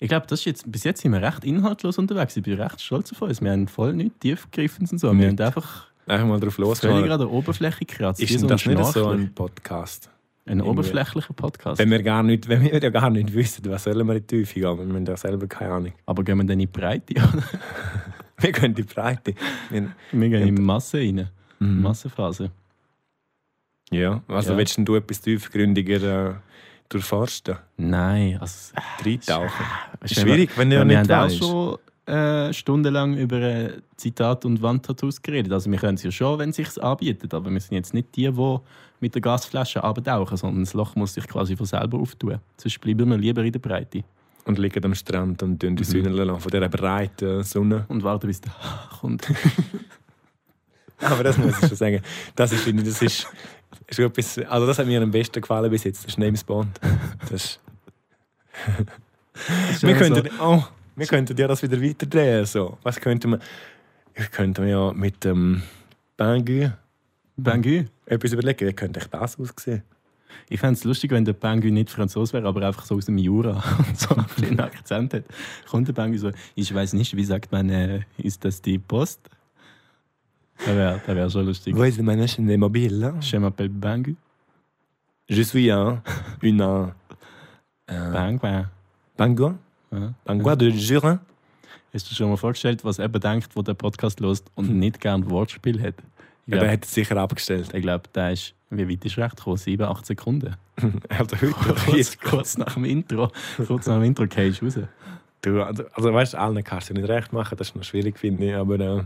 Ich glaube, das ist jetzt, bis jetzt sind wir recht inhaltlos unterwegs. Ich bin recht stolz auf uns. Wir haben voll nichts tiefgreifendes und so. Wir haben Nicht. einfach Einfach mal drauf los. völlig an der Oberfläche gekratzt. Ist Wie denn das nicht so Schnorchler. ein Podcast? Ein oberflächlicher Podcast. Wenn wir, gar nicht, wenn wir ja gar nicht wissen, was sollen wir in die Tiefe gehen, wir haben ja selber keine Ahnung. Aber gehen wir dann in die Breite, oder? Wir gehen in die Breite. Wir, Wir gehen in die Masse rein. Mhm. Massenphase. ja, also Ja. willst denn du etwas tiefgründiger äh, durchforsten? Nein, also... äh, Reintauchen? weißt du, Schwierig, wenn du ja wir nicht haben auch weißt. schon äh, stundenlang über äh, Zitate und Wandtattoos geredet. Also wir können es ja schon, wenn es sich anbietet. Aber wir sind jetzt nicht die, die mit der Gasflasche abtauchen, sondern das Loch muss sich quasi von selber auftun. Sonst bleiben wir lieber in der Breite Und liegen am Strand und tun die Sonne an von dieser breiten Sonne. und warten, bis der kommt. Aber das muss ich schon sagen. Das ist, finde ich, das ist, ist etwas, also das hat mir am besten gefallen bis jetzt, das ist Names Bond. Das ist, wir könnten, oh, wir könnten ja das wieder weiterdrehen. So. Was könnte man? Ich könnte mir ja mit dem Bangu Bangui. etwas überlegen, wie könnte ich das aussehen? Ich fände es lustig, wenn der Bangui nicht Franzose wäre, aber einfach so aus dem Jura und so einen kleinen Akzent hat. Kommt der Bangui so, ich weiß nicht, wie sagt man, äh, ist das die Post? Das wäre wär schon lustig. Wo ist meine Schnee mobile? Je m'appelle Bangui. Je suis un, une äh, Bangui. Bangu, Ja. Bangu de Jurin. Hast du dir schon mal vorgestellt, was jemand denkt, der den Podcast hört und Hm. nicht gern Wortspiel hat? Ich Ja. Der glaube, hat es sicher abgestellt. ich glaub, der ist, wie weit ist recht gekommen? 7, 8 Sekunden. Also heute Kurz, kurz nach dem Intro. Kurz nach dem Intro gehst du raus. Du, also, also weißt du, allen kannst du nicht recht machen, das ist noch schwierig, finde ich. Aber äh,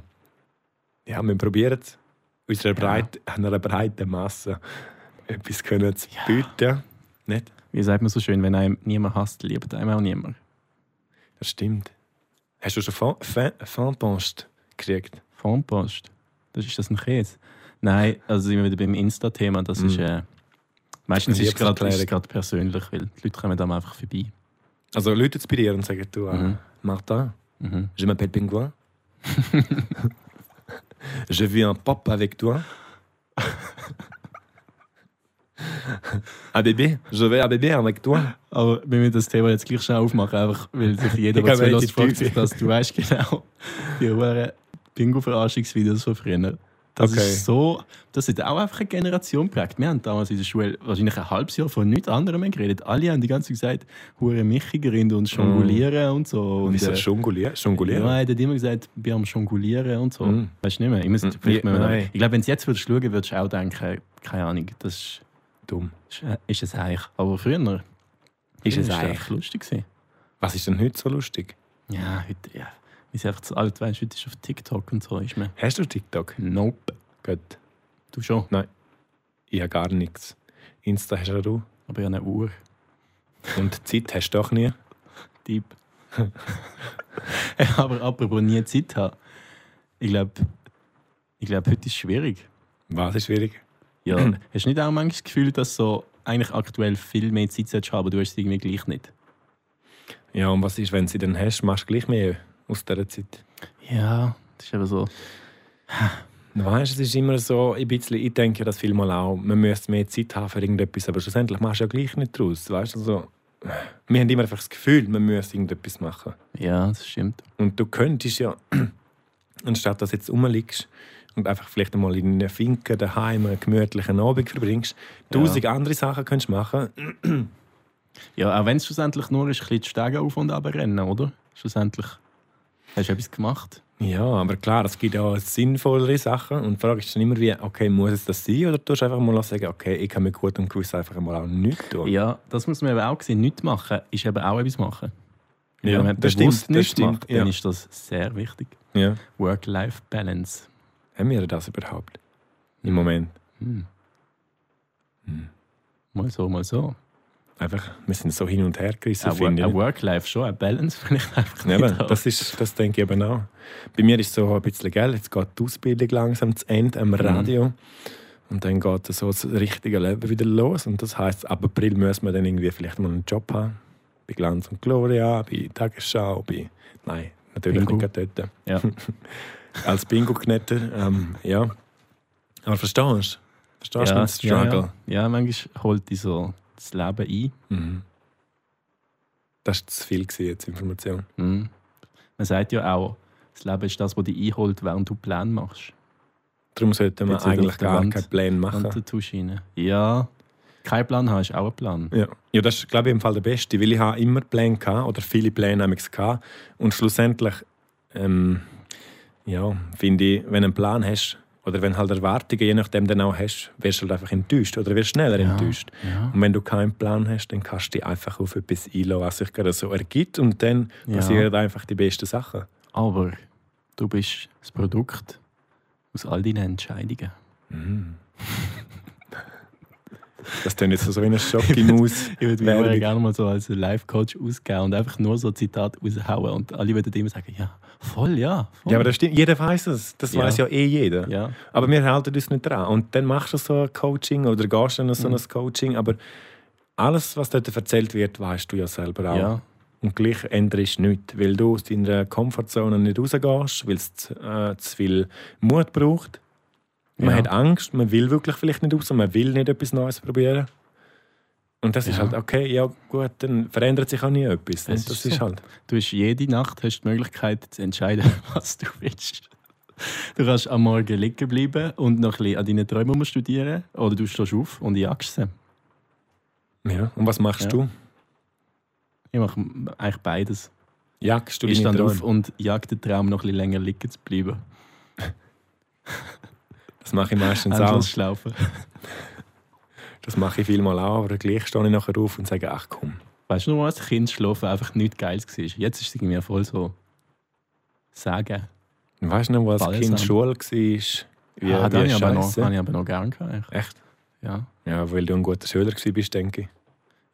ja, wir probieren es. Unserer Breit, an einer breiten Masse etwas können zu bieten. Nicht? Wie sagt man so schön, wenn einem niemand hasst, liebt einem auch niemand. Das stimmt. Hast du schon Fan- Fan- Fanpost gekriegt? Fondpost. Das ist das ein Käse? Nein, also sind wir wieder beim Insta-Thema. Das ist äh, meistens Hm. Eine ist es gerade- ist es Liebeserklärung. gerade persönlich, weil die Leute kommen dann einfach vorbei. Also Leute zu bei dir und sagen, du, äh, Mhm. Martin, Mhm. je m'appelle Pingouin. je vis un pop avec toi. ah Bébé, je vais à Bébé avec toi. Aber wenn wir das Thema jetzt gleich schnell aufmachen, einfach weil sich jeder, Ich der glaube, zuhört, die fragt Tiefe. sich das. Du weißt genau, die hohen Bingo-Verarschungsvideos von früher. Das Okay. ist so, das hat auch einfach eine Generation geprägt. Wir haben damals in der Schule wahrscheinlich ein halbes Jahr von nichts anderem mehr geredet. Alle haben die ganze Zeit gesagt, hure Michigrind und Jonglieren und so. Und, Mm. äh, Wieso jongulieren? jongulieren? Ja, er hat immer gesagt, wir haben Jonglieren und so. Mhm. Weißt du nicht mehr? Ich, müsste Mhm. vielleicht mal- Nein. ich glaube, wenn du es jetzt würdest schauen, würdest du auch denken, keine Ahnung, das Dumm. ist, äh, ist es Eich. Aber früher Ist es das eigentlich? echt lustig gewesen. Was ist denn heute so lustig? Ja, heute, ja. Wir sind einfach zu alt, weißt du, heute ist auf TikTok und so, ist man. Hast du TikTok? Nope. Gut. Du schon, Ich habe gar nichts. Insta hast ja du. aber ich habe eine Uhr. Und Zeit hast du doch nie. Typ. Aber apropos nie Zeit haben. Ich glaube, ich glaub, heute ist es schwierig. Was ist schwierig? Ja, hast du nicht auch manchmal das Gefühl, dass so eigentlich aktuell viel mehr Zeit solltest haben, aber du hast es irgendwie gleich nicht? Ja, und was ist, wenn du sie dann hast, machst du gleich mehr aus dieser Zeit? Ja, das ist eben so. Weißt du, es ist immer so, ein bisschen, ich denke ja das vielmal auch, man müsste mehr Zeit haben für irgendetwas, aber schlussendlich machst du ja gleich nicht draus. Weißt du, also, wir haben immer einfach das Gefühl, man müsste irgendetwas machen. Ja, das stimmt. Und du könntest ja, anstatt dass du jetzt rumliegst und einfach vielleicht einmal in einer Finke daheim einen gemütlichen Abend verbringst, tausend andere Sachen könntest machen. Ja, auch wenn es schlussendlich nur ist, ein bisschen die Stege auf und ab rennen, oder? Schlussendlich hast du etwas gemacht. Ja, aber klar, es gibt auch sinnvollere Sachen. Und die Frage ist dann immer wie, okay, muss es das sein? Oder tust du einfach mal sagen, okay, ich kann mir gut und gewiss einfach mal auch nichts tun. Ja, das muss man eben auch sehen. Nichts machen ist eben auch etwas machen. Ja, wenn man bewusst das stimmt, das nichts stimmt, macht, dann ja. ist das sehr wichtig. Ja. Work-Life-Balance. Haben wir das überhaupt? Im Moment. Hm. Hm. Mal so, mal so. Einfach, wir sind so hin und her gerissen, Ein Wo- finde ich. ein Work-Life schon, eine Balance vielleicht einfach Ja, nicht. Eben, das, ist, das denke ich eben auch. Bei mir ist es so ein bisschen, gell, jetzt geht die Ausbildung langsam zu Ende Mhm. am Radio. Und dann geht so das richtige Leben wieder los. Und das heisst, ab April muss man dann irgendwie vielleicht mal einen Job haben. Bei Glanz und Gloria, bei Tagesschau, bei... Nein, natürlich Bingo. nicht gerade dort. ja. Als Bingo-Knetter, ähm, ja. Aber verstehst du? Verstehst du ja, den Struggle? Ja, ja. ja, manchmal holt dich so das Leben ein. Mhm. Das war zu viel gewesen jetzt, Information. Mhm. Man sagt ja auch, das Leben ist das, was dich einholt, während du Pläne machst. Darum sollte man Jetzt wieder auf eigentlich der gar Wand. keinen Plan machen. Und du tust rein. Ja, kein Plan haben ist auch ein Plan. Ja. ja, das ist, glaube ich, im Fall der Beste, weil ich habe immer Pläne gehabt, oder viele Pläne habe ich gehabt. Und schlussendlich, ähm, ja, finde ich, wenn du einen Plan hast, oder wenn halt Erwartungen, je nachdem, dann auch hast, wirst du halt einfach enttäuscht oder wirst schneller enttäuscht. ja. Und wenn du keinen Plan hast, dann kannst du dich einfach auf etwas einlassen, was sich gerade so ergibt. Und dann Ja. passieren einfach die besten Sachen. Aber du bist das Produkt aus all deinen Entscheidungen. Das klingt jetzt so wie eine Schocki-Maus. Ich würde mich Werbung. aber gerne mal so als Life-Coach ausgeben und einfach nur so Zitate raushauen. Und alle würden immer sagen: Ja, voll, ja. Voll. Ja, aber das stimmt. Jeder weiß es. Das Ja. weiß ja eh jeder. Ja. Aber wir halten uns nicht dran. Und dann machst du so ein Coaching oder gehst dann an Mhm. so ein Coaching. Aber alles, was dort erzählt wird, weißt du ja selber auch. Ja. Und gleich änderst du nichts, weil du aus deiner Komfortzone nicht rausgehst, weil es zu, äh, zu viel Mut braucht. Man Ja. hat Angst, man will wirklich vielleicht nicht raus, man will nicht etwas Neues probieren. Und das ist halt okay, ja gut, dann verändert sich auch nie etwas. Und Es das ist ist, so. halt. Du hast jede Nacht hast die Möglichkeit zu entscheiden, was du willst. Du kannst am Morgen liegen bleiben und noch ein bisschen an deinen Träumen studieren. Oder du stehst auf und jagst sie. Ja. Und was machst Ja. du? Ich mache eigentlich beides. Jagst du ich deine stand Träume? auf und jagte den Traum, noch ein bisschen länger liegen zu bleiben. Das mache ich meistens auch. Endlos schlafen. Das mache ich vielmal auch, aber gleich stehe ich nachher auf und sage, ach komm. Weißt du noch, mal, als Kind schlafen einfach nichts Geiles war? Jetzt ist es irgendwie voll so. Sagen. Weißt du noch, wo als Balsam. Kind Schule war? Wie, Ja, ah, wie das habe ich, aber noch- scheisse? habe ich aber noch gern gehabt. eigentlich. Echt? Ja. Ja, weil du ein guter Schüler warst, denke ich.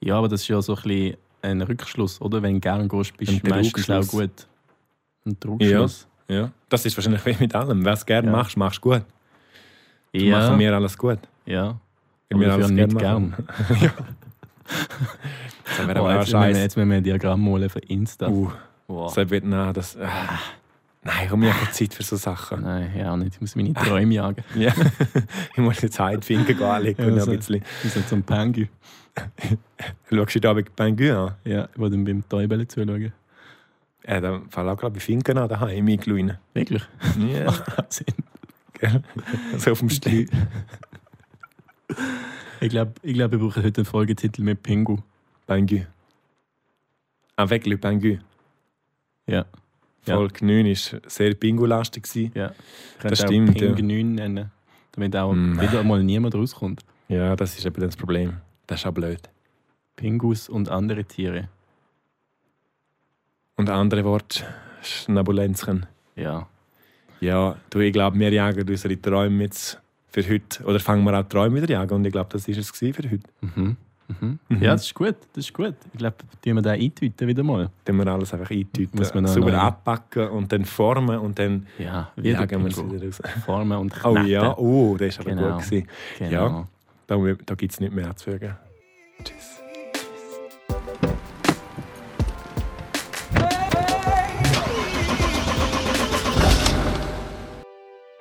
ja, aber das ist ja so ein, bisschen ein Rückschluss, oder? Wenn du gern gehst, bist Ein du meistens auch Trugschluss. gut. Ein Trugschluss. Ja. Das ist wahrscheinlich wie mit allem. Was du gerne Ja. machst, machst du gut. Du ja. Machen wir alles gut. Ja. Weil wir Aber alles für nicht gern. gerne machen. Das wäre aber Oh, auch jetzt, müssen wir, scheiße. jetzt müssen wir ein Diagramm holen für Insta. Uh, Wow. so wird, nein, das, äh. nein, ich habe mir keine Zeit für so Sachen. Nein, ja auch nicht. Ich muss meine Träume jagen. Ja. ich muss jetzt Heimfinger gehen anlegen und noch Also. ein bisschen. Ich bin so ein Pengu. Schaust du da bei Bangui an? Ja, ich will dann beim Täubeln zuschauen. Ja, da fallen auch gerade bei Finken an daheim in Kleinen. Wirklich? Ja. Macht Sinn. so auf dem Stiel. Ich glaube, ich, glaub, ich brauche heute einen Folgetitel mit Pingu. Bengu. Avec le Bengu. Ja. Ja. Folge 9 war sehr bingo-lastig. gewesen. ja. Das stimmt, Pingu ja. 9 nennen. Damit auch Mm. wieder mal niemand rauskommt. Ja, das ist eben das Problem. Das ist auch blöd. Pingus und andere Tiere. Und andere Wort, Schnabulenzchen. Ja. Ja, du, ich glaube, wir jagen unsere Träume jetzt für heute. Oder fangen wir an, die Träume wieder jagen. Und ich glaube, das war es gewesen für heute. Mhm. Ja, das ist gut. Das ist gut. Ich glaube, die wir da eintüten wieder mal. Dann wir alles einfach eintüten, Muss man noch sauber neu- abpacken und dann formen und dann Ja, wieder jagen wir es Bingo. wieder raus. Formen und Oh Kneten. ja, oh, das war aber Genau. gut. Gewesen. Genau. Ja. Da, da gibt es nichts mehr anzufügen.